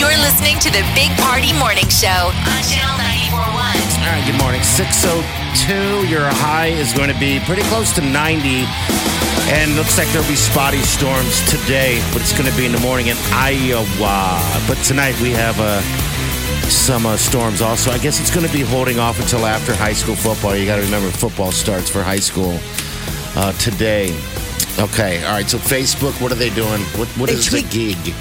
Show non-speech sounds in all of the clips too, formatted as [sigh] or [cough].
You're listening to the Big Party Morning Show on Channel 941. All right, good morning. 602, your high is going to be pretty close to 90. And looks like there'll be spotty storms today, but it's going to be in the morning in Iowa. But tonight we have uh, some uh, storms also. I guess it's going to be holding off until after high school football. You got to remember football starts for high school uh, today. Okay, all right. So Facebook, what are they doing? What what They is tweaked- the gig?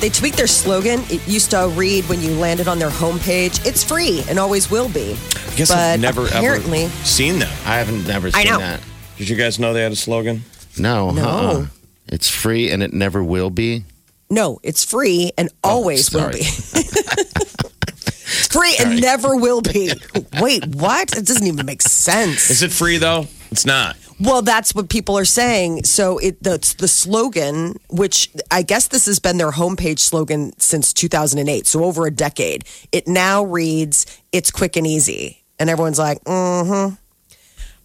They tweaked their slogan. It used to read when you landed on their homepage, it's free and always will be. I guess but I've never apparently, ever seen that. I haven't never I seen know. that. Did you guys know they had a slogan? No, No. uh-uh. it's free and it never will be. no, it's free and Oh, always will sorry. [laughs] be. It's free and never will be. Wait, what? It doesn't even make sense. Is it free though? It's not. Well, that's what people are saying. So it that's the slogan, which I guess this has been their homepage slogan since 2008, so over a decade. It now reads, "It's quick and easy," and everyone's like, "Mm-hmm."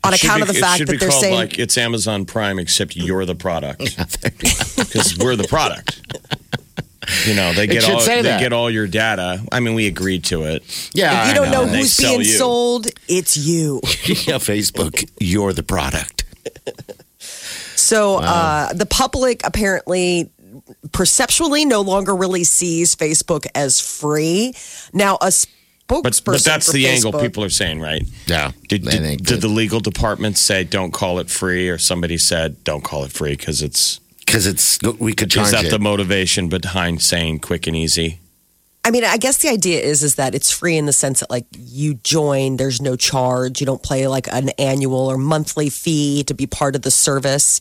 On It should account of be- the fact it should be that they're called saying, like it's Amazon Prime, except you're [laughs] the product because we're the product. You know, they get should all say they that. get all your data. I mean, we agreed to it. Yeah, "If you I don't know, and they who's sell being you. sold, it's you." [laughs] yeah, Facebook, you're the product. So uh, the public apparently perceptually no longer really sees Facebook as free. Now a spokesperson, But but that's for the angle Facebook- people are saying, right? Yeah. Did, That did, ain't did good. the legal department say don't call it free, or somebody said don't call it free because it's Because it's we could charge is that it. the motivation behind saying quick and easy? I mean, I guess the idea is is that it's free in the sense that like you join, there's no charge, you don't play like an annual or monthly fee to be part of the service.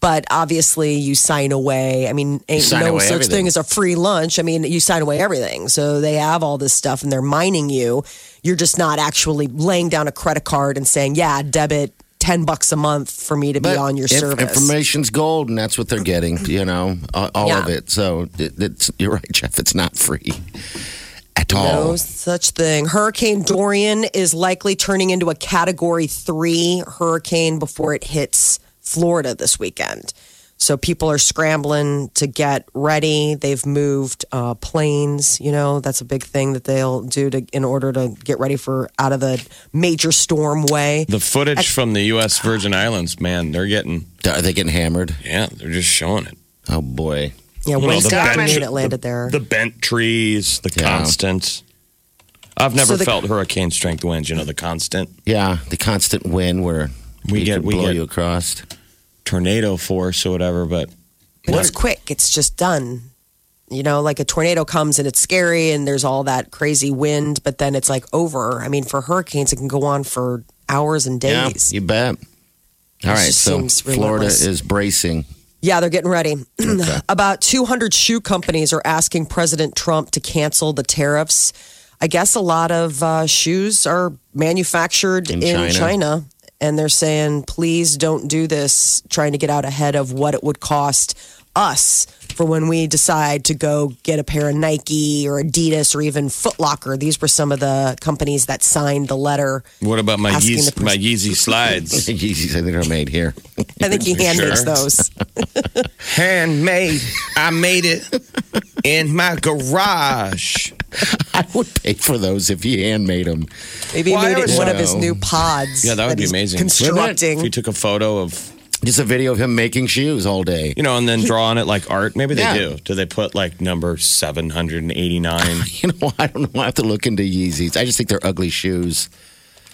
But obviously, you sign away. I mean, ain't sign no away such everything. thing as a free lunch. I mean, you sign away everything. So they have all this stuff and they're mining you. You're just not actually laying down a credit card and saying, "Yeah, debit ten bucks a month for me to be on your inf- service." Information's gold, and that's what they're getting. You know, all, all of Yeah. it. So it, it's, you're right, Jeff. It's not free at all. Oh. No such thing. Hurricane Dorian is likely turning into a category three hurricane before it hits Florida this weekend. So people are scrambling to get ready. They've moved uh, planes. You know that's a big thing that they'll do to in order to get ready for out of the major storm way. The footage from the U.S. Virgin Islands, man, they're getting Are they getting hammered? yeah, they're just showing it. Oh boy. Yeah, Well, Wednesday the bench- afternoon it landed there. The bent trees, the Yeah. constant. I've never So the- felt hurricane strength winds. You know, the constant Yeah, the constant wind where We it get- could we blow get- you across. tornado force or whatever. But But it's quick. It's just done. You know, like a tornado comes and it's scary and there's all that crazy wind, but then it's like over. I mean, for hurricanes, it can go on for hours and Yeah, days. you bet. All right, just so seems Florida relentless. is bracing. [laughs] Yeah, they're getting ready. [clears throat] About 200 shoe companies are asking President Trump to cancel the tariffs. I guess a lot of uh, shoes are manufactured in, In China. China. And they're saying, please don't do this, trying to get out ahead of what it would cost us for when we decide to go get a pair of Nike or Adidas or even Foot Locker. These were some of the companies that signed the letter. what about my Asking Yeez, the person- my [laughs] Yeezy slides? Yeezys, I think are made here. [laughs] I think he hand makes Sure. those. Handmade. I made it in my garage. I would pay for those if you hand made them. Maybe he Well, I made it in always- one of his No. new pods. Yeah, that would be he's amazing. Constructing. If you took a photo of Just a video of him making shoes all day. [laughs] you know, and then draw on it like art. Maybe they Yeah. do. Do they put like number seven hundred and eighty nine? You know, I don't know. I have to look into Yeezys. I just think they're ugly shoes.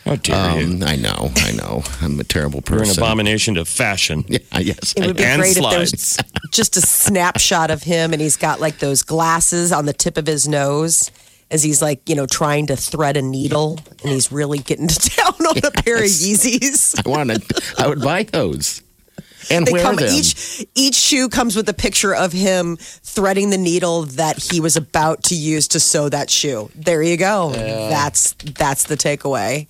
Oh dear, you. Um, I know, I know. I'm a terrible you're an person. abomination to fashion. [laughs] Yeah, yes. It would be And great slides. if there's [laughs] just a snapshot of him and he's got like those glasses on the tip of his nose as he's like, you know, trying to thread a needle and he's [laughs] really getting to town on a pair of Yeezys. I want to. I would buy those. And they wear come them. each each shoe comes with a picture of him threading the needle that he was about to use to sew that shoe. There you go. That's that's the takeaway.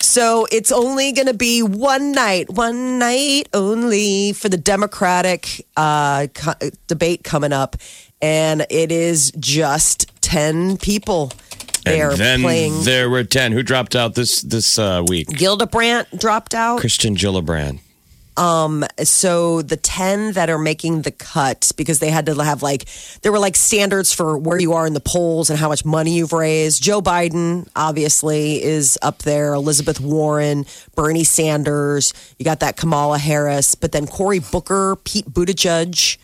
So it's only going to be one night, one night only for the Democratic uh, co- debate coming up, and it is just ten people. They are and then playing. there were ten who dropped out this this uh, week. Gildebrandt dropped out. Christian Gillibrand. so the 10 that are making the cut because they had to have like there were like standards for where you are in the polls and how much money you've raised joe biden obviously is up there elizabeth warren bernie sanders you got that kamala harris but then cory booker pete buttigieg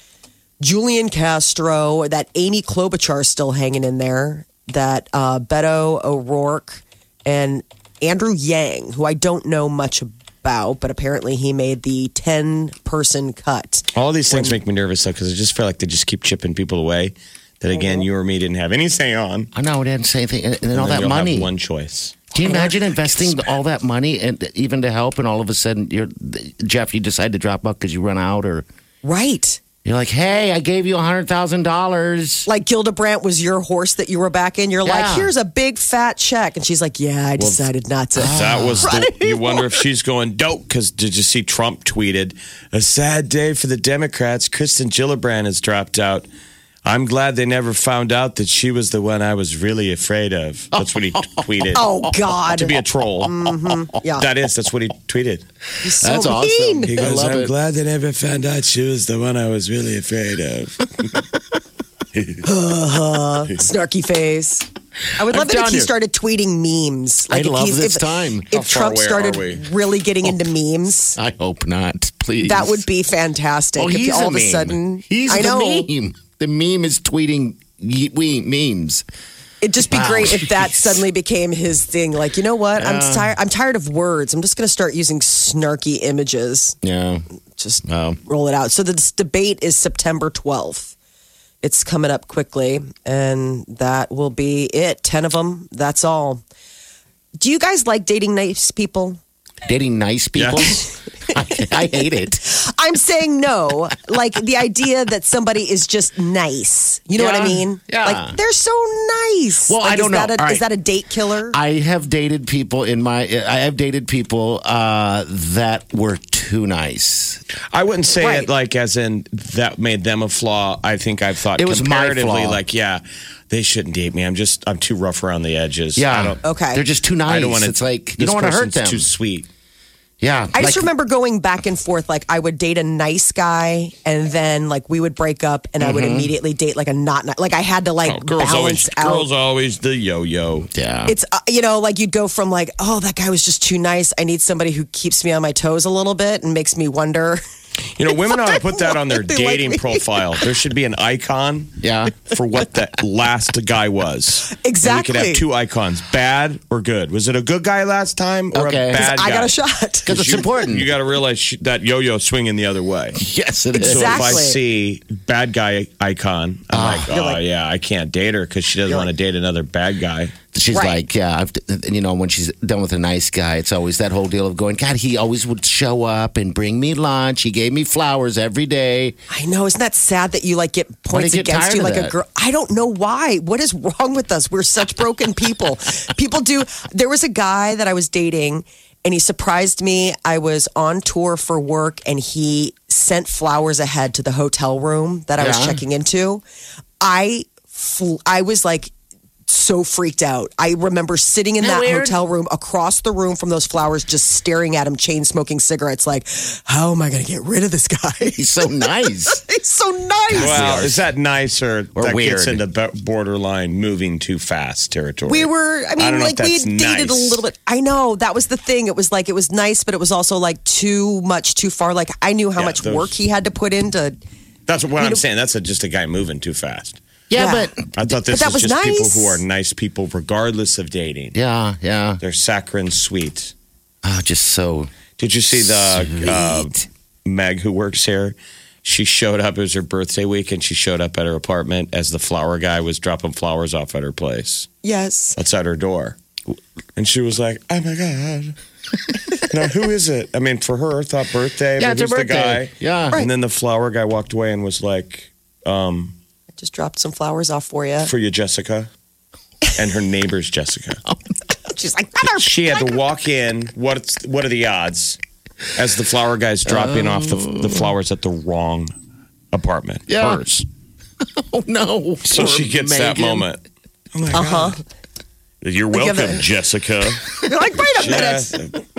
julian castro that amy klobuchar still hanging in there that uh, beto o'rourke and andrew yang who i don't know much about but apparently he made the 10 person cut All these things make me nervous though because I just feel like they just keep chipping people away. That again, you or me didn't have any say on. I know, it didn't say anything. And, and then all And that you'll have money. one choice. Can you imagine investing all that money and even to help, and all of a sudden, you're Jeff, you decide to drop out because you run out, or right you're like, "Hey, I gave you a hundred thousand dollars." like Gildebrandt was your horse that you were back in. You're like, Yeah. here's a big fat check, and she's like, yeah, I decided not to. Ah. That was the, you wonder if she's going dope because did you see Trump tweeted a sad day for the Democrats? Kristen Gillibrand has dropped out. I'm glad they never found out that she was the one I was really afraid of. [laughs] That's what he tweeted. [laughs] [gasps] oh God, Mm-hmm. to be a troll. yeah, That is. That's what he tweeted. He's so That's awesome. mean. He I goes, love I'm it. glad they never found out she was the one I was really afraid of. Snarky face. I would I'm love it if telling he you. started tweeting memes. I if love he's- this if, time. How If far Trump away started are we? really Oh. getting into memes, I hope not. Please, that would be fantastic. Oh, if he's all a of meme. a sudden, he's I the know meme. The meme is tweeting ye- we memes. It'd just be Wow. great if [laughs] that suddenly became his thing. Like, you know what? I'm Yeah. tired. I'm tired of words. I'm just going to start using snarky images. Yeah. Just Oh. roll it out. So this debate is September 12th. It's coming up quickly, and that will be it. 10 of them. That's all. Do you guys like dating nice people? Dating nice people. I, I hate it. I'm saying no. like the idea that somebody is just nice. You know what I Yeah, mean? yeah. Like they're so nice. Well, like, I don't is That know. a, All Is right. that a date killer? I have dated people in my. I have dated people uh, that were too nice. I wouldn't say Right. it like as in that made them a flaw. I think I've thought It was my comparatively flaw. like, yeah, they shouldn't date me. I'm just I'm too rough around the edges. Yeah. I don't, Okay. They're just too nice. I don't want to. It's like you don't want to hurt them. Too sweet. yeah. I like- just remember going back and forth. Like I would date a nice guy, and then like we would break up, and I would immediately date like a not nice. Like I had to like Mm-hmm. Oh, girls balance always out. girls always the yo-yo. Yeah. it's uh, you know like you'd go from like oh that guy was just too nice. I need somebody who keeps me on my toes a little bit and makes me wonder. You know, women ought to put that on their They like dating me. profile. There should be an icon. Yeah. For what that last guy was. Exactly. And we could have two icons, bad or good. Was it a good guy last time or Okay. a bad guy? I got a shot. because it's You- important. You got to realize sh- that yo-yo swinging the other way. yes, it is. So if I Exactly. see bad guy icon, I'm Ah. like, oh yeah, I can't date her because she doesn't want to date another bad guy. She's Right. like, yeah, I've, and you know, when she's done with a nice guy, it's always that whole deal of going, God, he always would show up and bring me lunch. He gave me flowers every day. I know. Isn't that sad that you like get points get against tired you of like a that? girl? I don't know why. What is wrong with us? We're such broken people. people do. There was a guy that I was dating and he surprised me. I was on tour for work and he sent flowers ahead to the hotel room that I was Yeah. checking into. I fl- I was like so freaked out. I remember sitting in that hotel room across the room from those flowers, just staring at him, chain smoking cigarettes, like, how am I going to get rid of this guy? [laughs] He's so nice. It's so nice. Wow, is that nice or, Or that gets weird. into b- borderline moving too fast territory? We were, I I mean, don't know like if we that's had dated a nice. little bit. I know that was the thing. It was like, it was nice, but it was also like too much, too far. Like I knew how Yeah, much those- work he had to put into. That's what I'm know- saying. That's a, just a guy moving too fast. yeah, [laughs] Yeah. but I thought this that was was just people nice. who are nice people, regardless of dating. yeah, yeah. They're saccharine sweet. Oh, just so Did you see the uh, sweet. Meg who works here? She showed up. It was her birthday week, and she showed up at her apartment as the flower guy was dropping flowers off at her place. Yes. [laughs] outside her door. And she was like, Oh my God, Now, who is it? I mean, for her, thought birthday. Yeah, it's but her who's the birthday. guy? Yeah. And then the flower guy walked away and was like, um, I just dropped some flowers off for you. for you, Jessica. And her neighbor's Jessica. She's [laughs] like, mother. She had to walk in. What's what are the odds? As the flower guy's dropping off the, the flowers at the wrong apartment. Yeah. Hers. Oh no. So she gets that moment. Uh huh. You're give welcome, it- Jessica. You're like, wait a minute. [laughs]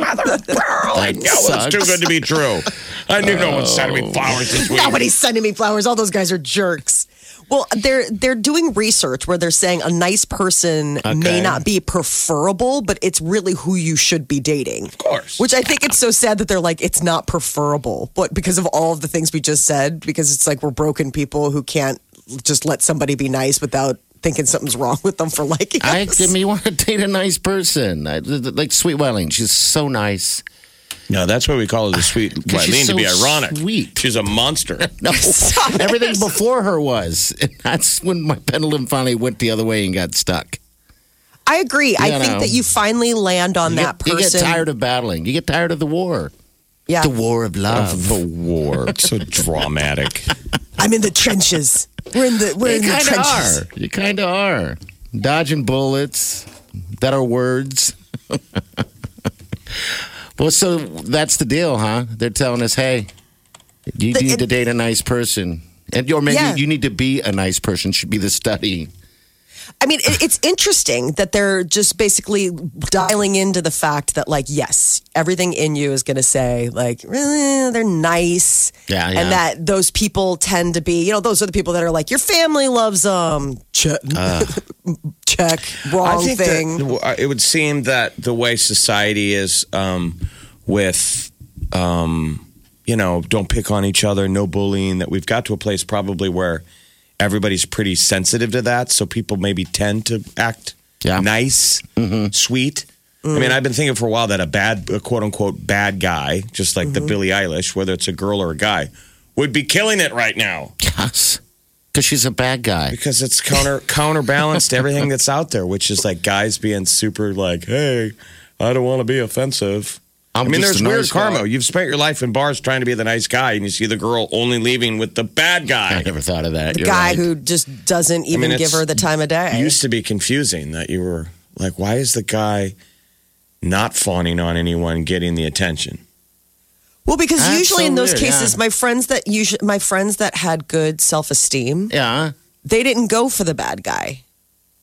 Yes. I know it's too good to be true. I knew no one sent me flowers this week. Nobody's sending me flowers. All those guys are jerks. Well, they're they're doing research where they're saying a nice person may Okay. not be preferable, but it's really who you should be dating. Of course. Which I think it's so sad that they're like it's not preferable, but because of all of the things we just said, because it's like we're broken people who can't just let somebody be nice without thinking something's wrong with them [laughs] for liking I us. I mean, you want to date a nice person, I, like Sweet Welling. She's so nice. No, that's why we call her the sweet Because Wileen she's to be so ironic. sweet. She's a monster. No, Stop [laughs] it. everything before her was. And that's when my pendulum finally went the other way and got stuck. I agree. I You think know. that you finally land on You get- that person. You get tired of battling. You get tired of the war. yeah. The war of love. the war. It's so dramatic. I'm in the trenches. We're in the we're You in the kind of trenches. are. You kind of are. Dodging bullets that are words. [laughs] well, so that's the deal, huh? They're telling us, hey, you The- need it- to date a nice person. And, or maybe Yeah. you need to be a nice person, should be the study. I mean, it, it's interesting that they're just basically dialing into the fact that, like, yes, everything in you is going to say, like, "Eh, they're nice. Yeah, yeah. And that those people tend to be, you know, those are the people that are like, your family loves them. Check, Uh. [laughs] check wrong thing. That, uh, it would seem that the way society is um, with, um, you know, don't pick on each other, no bullying, that we've got to a place probably where everybody's pretty sensitive to that. So people maybe tend to act Yeah. nice, Mm-hmm. sweet. I mean, I've been thinking for a while that a bad, a quote unquote, bad guy, just like the Mm-hmm. Billie Eilish, whether it's a girl or a guy, would be killing it right now. Yes. Because she's a bad guy. because it's counter [laughs] counterbalanced everything that's out there, which is like guys being super like, "Hey, I don't want to be offensive." i I'm mean, just there's a weird nice guy. karma. You've spent your life in bars trying to be the nice guy, and you see the girl only leaving with the bad I guy. never thought of that. The You're guy right. who just doesn't even mean, give it's- her the time of It day. used to be confusing that you were like, "Why is the guy not fawning on anyone, getting the attention?" well, because That's usually so in those weird, cases, yeah. my friends that usually, my friends that had good self esteem, Yeah. they didn't go for the bad guy.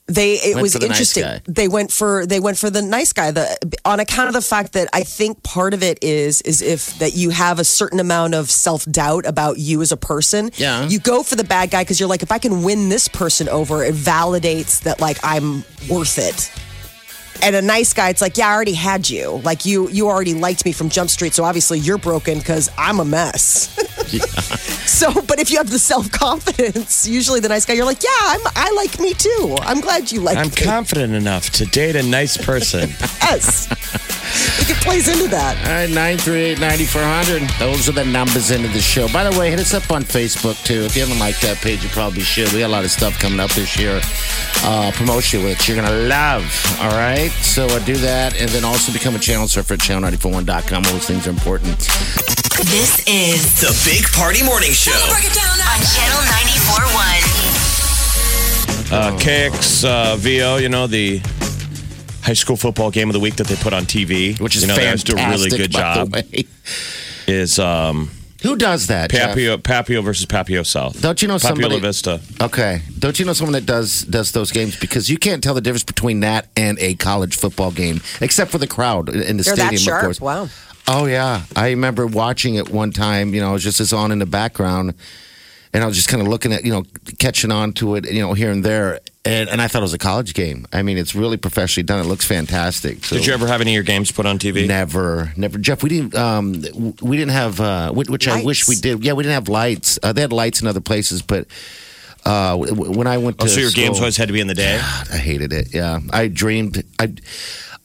They it Went was for the nice interesting. guy. They went for they went for the nice guy. The on account of the fact that I think part of it is is if that you have a certain amount of self doubt about you as a person. Yeah. you go for the bad guy because you're like, if I can win this person over, it validates that like I'm worth it. And a nice guy, it's like, yeah, I already had you. Like you you already liked me from Jump Street, so obviously you're broken because I'm a mess. [laughs] So, but if you have the self confidence, usually the nice guy, you're like, yeah, I'm, I like me too. I'm glad you like I'm me. confident enough to date a nice person. yes. [laughs] Like, it plays into that. All right, 938 9400. Those are the numbers into the show. By the way, hit us up on Facebook, too. If you haven't liked that page, you probably should. We got a lot of stuff coming up this year, uh, promotion which you're going to love. All right? So uh, do that, and then also become a channel surfer at channel941.com. All those things are important. This is The Big Party Morning Show. on Channel 94.1. uh, KX uh, VO, you know the high school football game of the week that they put on TV, Which is you know, they always fantastic. do a really good by job. the way. [laughs] Is um, Who does that? Jeff? Papio Papio versus Papio South? Don't you know Papio somebody- La Vista? Okay. Don't you know someone that does does those games? Because you can't tell the difference between that and a college football game, except for the crowd in the They're stadium, that sharp. of course. Wow. Oh yeah, I remember watching it one time. You know, it was just as on in the background, and I was just kind of looking at you know catching on to it, you know, here and there, and, and I thought it was a college game. I mean, it's really professionally done. It looks fantastic. So Did you ever have any of your games put on TV? Never, never, Jeff. We didn't. Um, w- we didn't have. Uh, whi- which I wish we Lights. did. Yeah, we didn't have lights. Uh, they had lights in other places, but uh, w- w- when I went to Oh, so your games school- always had to be in the day. God, I hated it. Yeah, I dreamed. I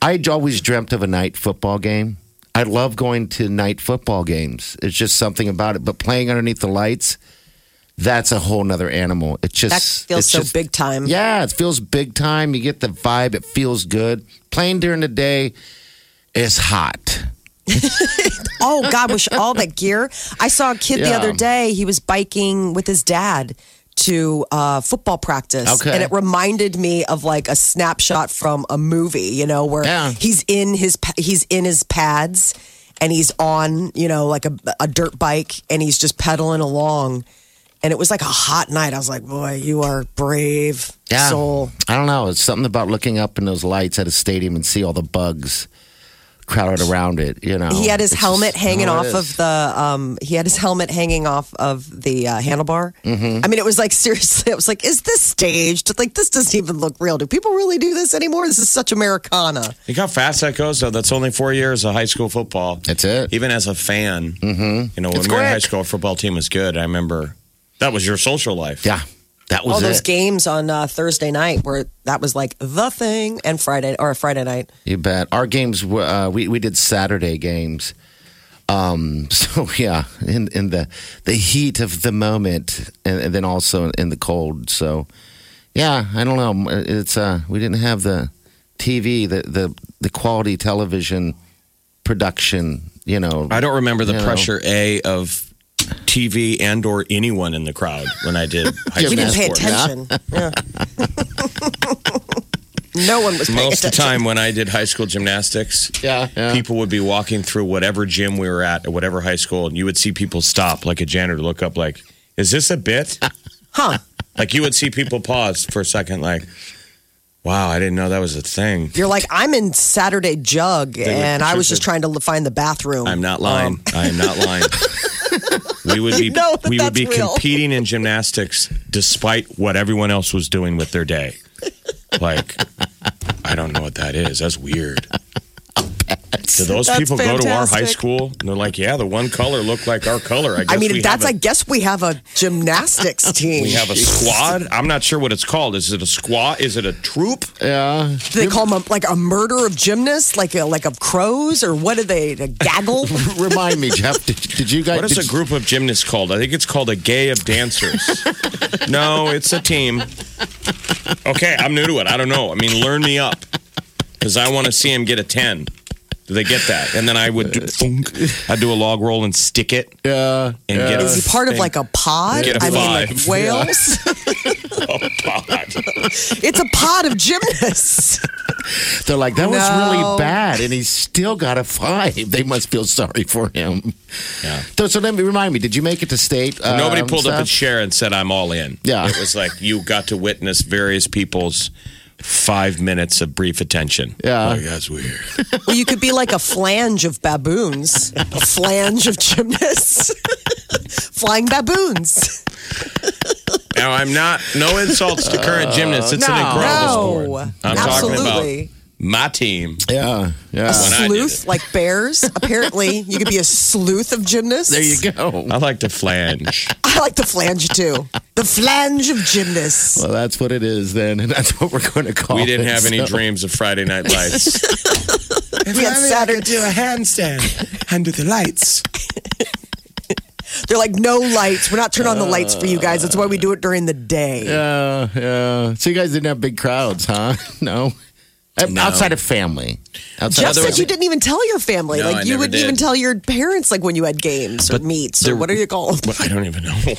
I'd always dreamt of a night football game. I love going to night football games. It's just something about it. But playing underneath the lights, that's a whole nother animal. It just That feels it's so just- big time. Yeah, it feels big time. You get the vibe. It feels good. Playing during the day, is hot. Oh God, wish all that gear. I saw a kid the Yeah. other day. He was biking with his dad to uh, football practice, Okay. and it reminded me of like a snapshot from a movie. You know, where Yeah. he's in his pa- he's in his pads and he's on you know like a, a dirt bike and he's just pedaling along. And it was like a hot night. I was like, boy, you are brave Yeah. soul. I don't know. It's something about looking up in those lights at a stadium and see all the bugs crowded around it. You know, He had his Oh, It's helmet just hanging how off it of is. the. Um, he had his helmet hanging off of the uh, handlebar. I mean, it was like [laughs] seriously. It was like, is this staged? Like this doesn't even look real. Do people really do this anymore? This is such Americana. Think how fast that goes, though. That's only four years of high school football. That's it. Even as a fan, mm-hmm. you know, when It's we were in high quick. school, our football team was good. I remember that was your social life. Yeah, that was All those it. games on uh, Thursday night where that was like the thing, and Friday or Friday night. You bet. Our games were uh, we we did Saturday games. Um. [laughs] So yeah, in in the the heat of the moment, and, and then also in the cold. So yeah, I don't know. It's uh, we didn't have the TV, the the the quality television production. You know, I don't remember the You know. pressure A of TV and or anyone in the crowd when I [laughs] did high You school You didn't pay sports. attention. Yeah. [laughs] no one was paying Most attention. of the time when I did high school gymnastics, Yeah, yeah. people would be walking through whatever gym we were at at whatever high school, and you would see people stop, like a janitor look up, like, "Is this a bit?" [laughs] Huh? like you would see people pause for a second, like, "Wow, I didn't know that was a thing." You're like, I'm in Saturday Jug, were and I was pictures just trying to find the bathroom. I'm not lying. Um, I am not [laughs] lying. We would be know that we would that's be real. competing in gymnastics despite what everyone else was doing with their day. Like, I don't know what that is. [laughs] That's weird. Do those That's people go to our high fantastic. school? And they're like, yeah, the one color looked like our color. I, guess I mean, we that's, have I a- guess we have a [laughs] gymnastics team. we [laughs] have a squad. I'm not sure what it's called. Is it a squad? Is it a troop? [laughs] Yeah. do they call them a, like a murder of gymnasts, like a, like of crows, or what are they? A [laughs] gaggle? Uh, Remind me, Jeff. Did, did you guys? What is did a group of gymnasts called? I think it's called a gay of [laughs] dancers. no, it's a team. Okay, I'm new to it. I don't know. I mean, learn me up because I want to see him get a 10. Do they get that? And then I would do, thunk. I'd do a log roll and stick it. Uh, Yeah. And get Is he part of like a pod? Get a I mean, like five. [laughs] whales. it's a pod of gymnasts. They're like, that was No. really bad, and he still got a five. [laughs] They must feel sorry for him. Yeah. So, so let me remind me. Did you make it to state? Nobody um, pulled up stuff? a chair and said, I'm all in. Yeah. It was like you got to witness various people's five minutes of brief attention. Yeah. Like, that's weird. Well, you could be like a flange of baboons, a flange of gymnasts, [laughs] flying baboons. Now, I'm not, no insults to current gymnasts. It's an Uh, no. incredible sport. No, I'm absolutely. talking about my team. Yeah. Yeah. When I did sleuth like bears. Apparently, you could be a sleuth of gymnasts. There you go. I like [laughs] to flange. I like the flange too. The flange of gymnasts. Well, that's what it is then, and [laughs] that's what we're going to call. We didn't it, have any so- dreams of Friday Night [laughs] Lights. We had Saturday. do a handstand under the lights. They're like no lights. We're not turning on the lights for you guys. That's why we do it during the day. Yeah. Uh, Yeah. So you guys didn't have big crowds, huh? [laughs] No. No. Outside of family. Outside Jeff of said you didn't even tell your family. No, I like you never wouldn't even did. tell your parents like when you had games or But meets or there- what are you called? Well, I don't even know. [laughs]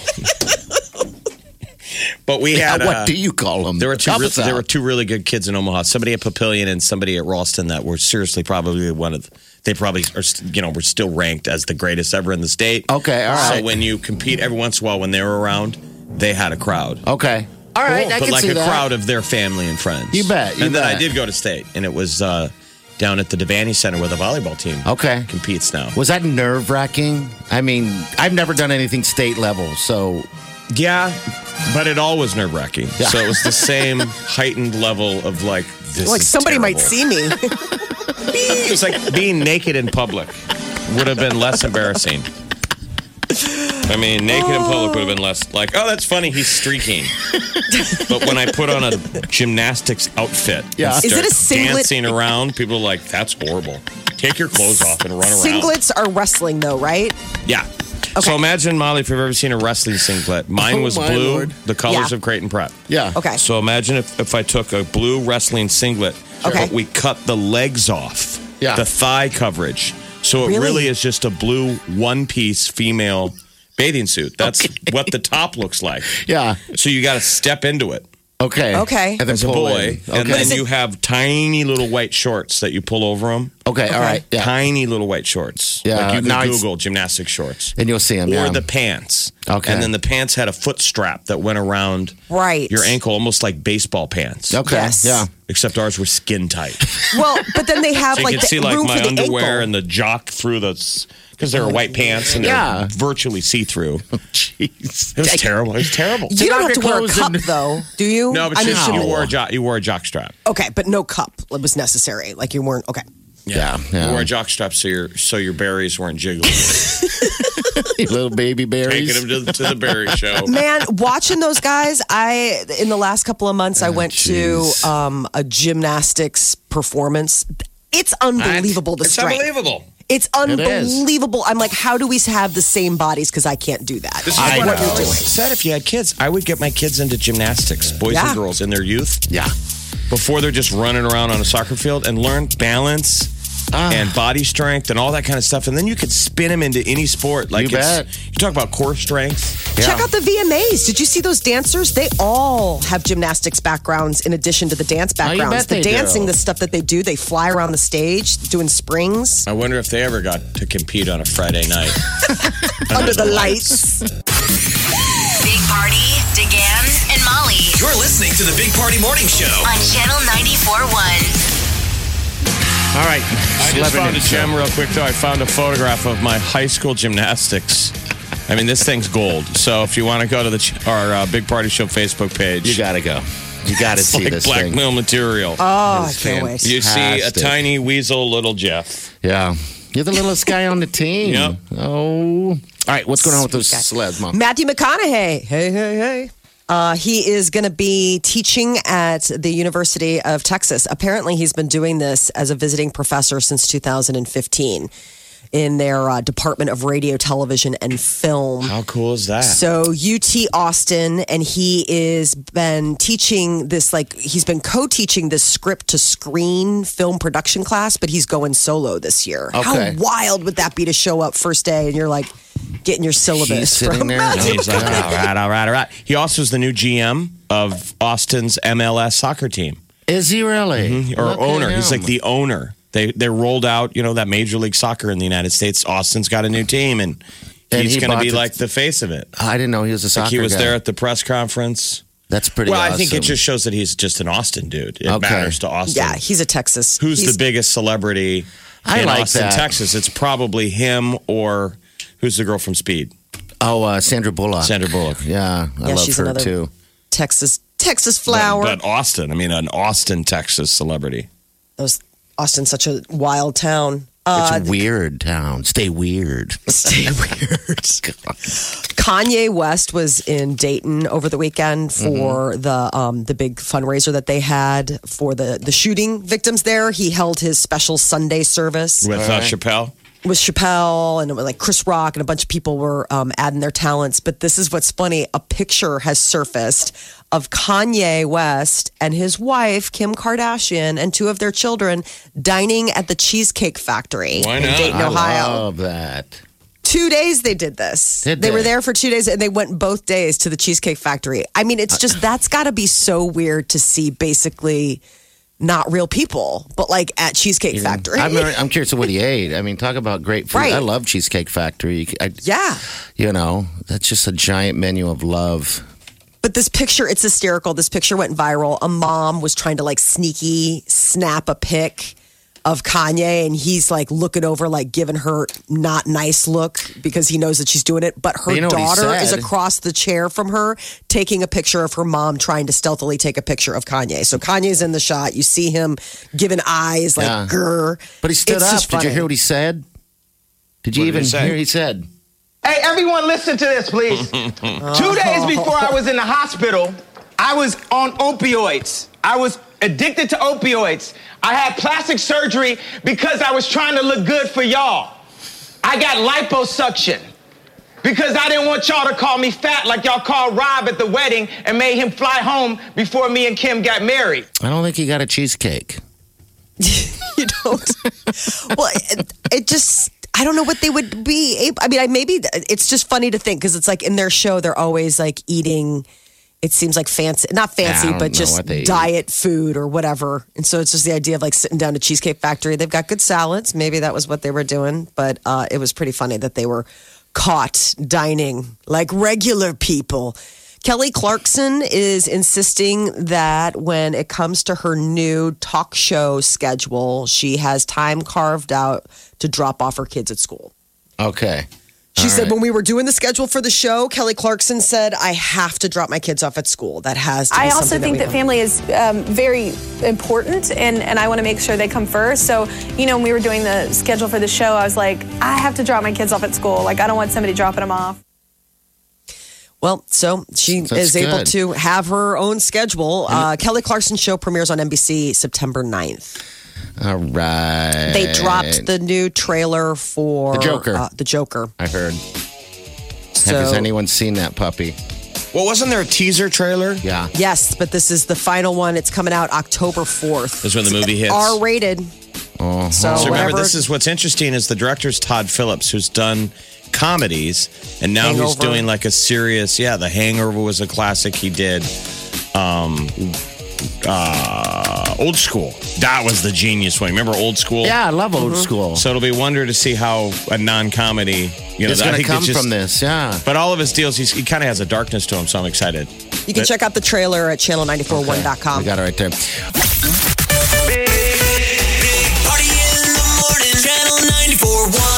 but we had. What uh, do you call them? there were two. Help Re- us there out. were two really good kids in Omaha. Somebody at Papillion and somebody at Ralston that were seriously probably one of. They probably are. st- You know, were still ranked as the greatest ever in the state. Okay, all right. So when you compete every once in a while, when they were around, they had a crowd. Okay. All right. I but can like see a that. crowd of their family and friends. You bet, you and then I bet. did go to state, and it was uh, down at the Devaney Center where the volleyball team Okay. competes now. Was that nerve wracking? I mean, I've never done anything state level, so Yeah, but it all was nerve wracking. Yeah. So [laughs] it was the same heightened level of like this. [laughs] Like is somebody might terrible. see [laughs] me. It was like being naked in public would have been less embarrassing. I mean, naked in public would have been less like, oh, that's funny, he's streaking. but when I put on a gymnastics outfit, and Yeah. Is it a start singlet? Dancing around, people are like, that's horrible. Take your clothes off and run around. Singlets are wrestling though, right? Yeah. So imagine, Molly, if you've ever seen a wrestling singlet. Mine Oh, was my blue, Lord. the colors Yeah. of Creighton Prep. yeah. Okay. So imagine if, if I took a blue wrestling singlet, Okay. but we cut the legs off Yeah. the thigh coverage. So it Really? really is just a blue one piece female bathing suit. That's what the top looks like. Yeah. So you got to step into it. Okay. Okay. And then As a pull boy, in. and Okay. then you have tiny little white shorts that you pull over them. okay. All right. Yeah. Tiny little white shorts. Yeah, like you can now it's- Google gymnastic shorts And you'll see him. or yeah. the pants. Okay. And then the pants had a foot strap that went around Right. your ankle, almost like baseball pants. Okay. Yes. Yeah. Except ours were skin tight. [laughs] [laughs] So Well, but then they have you like could the see like room my for the underwear ankle. and the jock through the because they were white pants and Yeah. they're virtually see [laughs] through. Oh, Jeez. It was terrible. It was terrible. you don't knock have to your wear a clothes cup [laughs] and- though, do you? No, but I mean, you, should- you wore a jock. You wore a jock strap. okay, but no cup was necessary. Like you weren't okay. Yeah. [laughs] You Yeah. wore a jock strap so your so your berries [laughs] weren't jiggling. Little baby berries. Taking them to, to the berry show. Man, watching those guys, I in the last couple of months I went Oh, jeez. to um, a gymnastics performance. It's unbelievable the It's strength. unbelievable. It's It is. unbelievable. I'm like, how do we have the same bodies? Because I can't do that. This is I what I know. always said if you had kids, I would get my kids into gymnastics, boys Yeah. and girls, in their youth, yeah. before they're just running around on a soccer field and learn balance. And body strength and all that kind of stuff, and then you could spin them into any sport. Like You it's, bet. you talk about core strength. Check out the VMAs. Did you see those dancers? They all have gymnastics backgrounds in addition to the dance Oh, you backgrounds. bet they The dancing, do. the stuff that they do, they fly around the stage [laughs] doing springs I wonder if they ever got to compete on a Friday night. under the lights. Big Party, DeGan, and Molly You're listening to the Big Party Morning Show. on Channel 94.1. All right. I [laughs] just Lebanon found a show. gem real quick, though. I found a photograph of my high school gymnastics. I mean, this thing's gold. So if you want to go to the ch- our uh, Big Party Show Facebook page, You gotta go. You gotta [laughs] it's see like this thing. blackmail material. Oh, I can't wait. You see a Fantastic. tiny weasel little Jeff. Yeah. You're the littlest guy on the [laughs] team. Yep. Oh. All right. What's going on with those sleds, mom? Matthew McConaughey. Hey, hey, hey. Uh, he is going to be teaching at the University of Texas. Apparently, he's been doing this as a visiting professor since 2015 in their uh, Department of Radio, Television, and Film. How cool is that? So UT Austin, and he is been teaching this like he's been co-teaching this script to screen film production class, but he's going solo this year. How Okay. wild would that be to show up first day and you're like getting your He's syllabus sitting from there. and He's he's [laughs] like, like, "Oh, all right, all right, all right. He also is the new GM of Austin's MLS soccer team Is he really? Mm-hmm. or Look at owner. He's him. like the owner. They they rolled out, you know, that Major League Soccer in the United States. Austin's got a new team, and, And he's he going to bought be the- like the face of it. I didn't know he was a soccer Like he was guy. there at the press conference. That's pretty. well, awesome. I think it just shows that he's just an Austin dude. It Okay. matters to Austin. Yeah, he's a Texas. who's he's- the biggest celebrity I in like Austin, that. Texas? It's probably him or who's the girl from Speed? Oh, uh, Sandra Bullock. Sandra Bullock. Yeah, I Yeah, love she's her another- too. Texas Texas flower? But Austin, I mean, an Austin, Texas celebrity. Those Austin's such a wild town. It's Uh, a weird town. Stay weird. [laughs] stay weird. Kanye West was in Dayton over the weekend for the um, the big fundraiser that they had for the the shooting victims there. He held his special Sunday service With uh, right. Chappelle? with Chappelle and it was like Chris Rock and a bunch of people were um, adding their talents. But this is what's funny: a picture has surfaced of Kanye West and his wife Kim Kardashian and two of their children dining at the Cheesecake Factory Why in not? Dayton, I Ohio. love that. Two days they did this. Did they they? were there for two days and they went both days to the Cheesecake Factory. I mean, Uh, it's just that's got to be so weird to see basically not real people, but like at Cheesecake Factory. I'm, I'm curious what he ate. I mean, talk about great food. Right. I love Cheesecake Factory. I, [laughs] yeah. You know, that's just a giant menu of love. But this picture, it's hysterical. This picture went viral. A mom was trying to like sneaky snap a pic of Kanye and he's like looking over, like giving her not nice look because he knows that she's doing it. But her But you know what he daughter is said? across the chair from her taking a picture of her mom trying to stealthily take a picture of Kanye. So Kanye's in the shot. You see him giving eyes like Yeah. grr. But he stood It's up. just Did you funny. hear what he said? Did you What did even he say? hear he said? Hey, everyone, listen to this, please. Two days before I was in the hospital, I was on opioids. I was addicted to opioids. I had plastic surgery because I was trying to look good for y'all. I got liposuction because I didn't want y'all to call me fat like y'all called Rob at the wedding and made him fly home before me and Kim got married. I don't think he got a cheesecake. you don't. well, it, it just. I don't know what they would be. Able, I mean, I maybe it's just funny to think because it's like in their show they're always like eating. It seems like fancy, not fancy, don't but know just what they eat. diet food or whatever. And so it's just the idea of like sitting down to Cheesecake Factory. They've got good salads. Maybe that was what they were doing, but uh, it was pretty funny that they were caught dining like regular people. Kelly Clarkson is insisting that when it comes to her new talk show schedule, she has time carved out to drop off her kids at school. Okay. She All said, right. when we were doing the schedule for the show, Kelly Clarkson said, I have to drop my kids off at school. That has to be I also something we think that family is um, very important, and, and I want to make sure they come first. So, you know, when we were doing the schedule for the show, I was like, I have to drop my kids off at school. Like, I don't want somebody dropping them off. Well, so she That's is able good. to have her own schedule. Uh, Kelly Clarkson's show premieres on NBC September 9th. All right. They dropped the new trailer for The Joker. Uh, the Joker. I heard. So, Has anyone seen that puppy? Well, wasn't there a teaser trailer? Yeah. yes, but this is the final one. It's coming out October 4th. Is when the movie hits. R rated. Uh-huh. So, So remember, whatever. this is what's interesting is the director's Todd Phillips, who's done comedies, and now he's Hangover. doing like a serious. Yeah, The Hangover was a classic he did. Um, uh, old School. That was the genius one. Remember Old School? Yeah, I love old school. Mm-hmm. So it'll be a wonder to see how a non-comedy. You know, it's I going to think come just- from this. Yeah. But all of his deals, he's, he kind of has a darkness to him, so I'm excited. you can But- check out the trailer at channel941.com. We got it right there. Big Party in the morning, channel 941.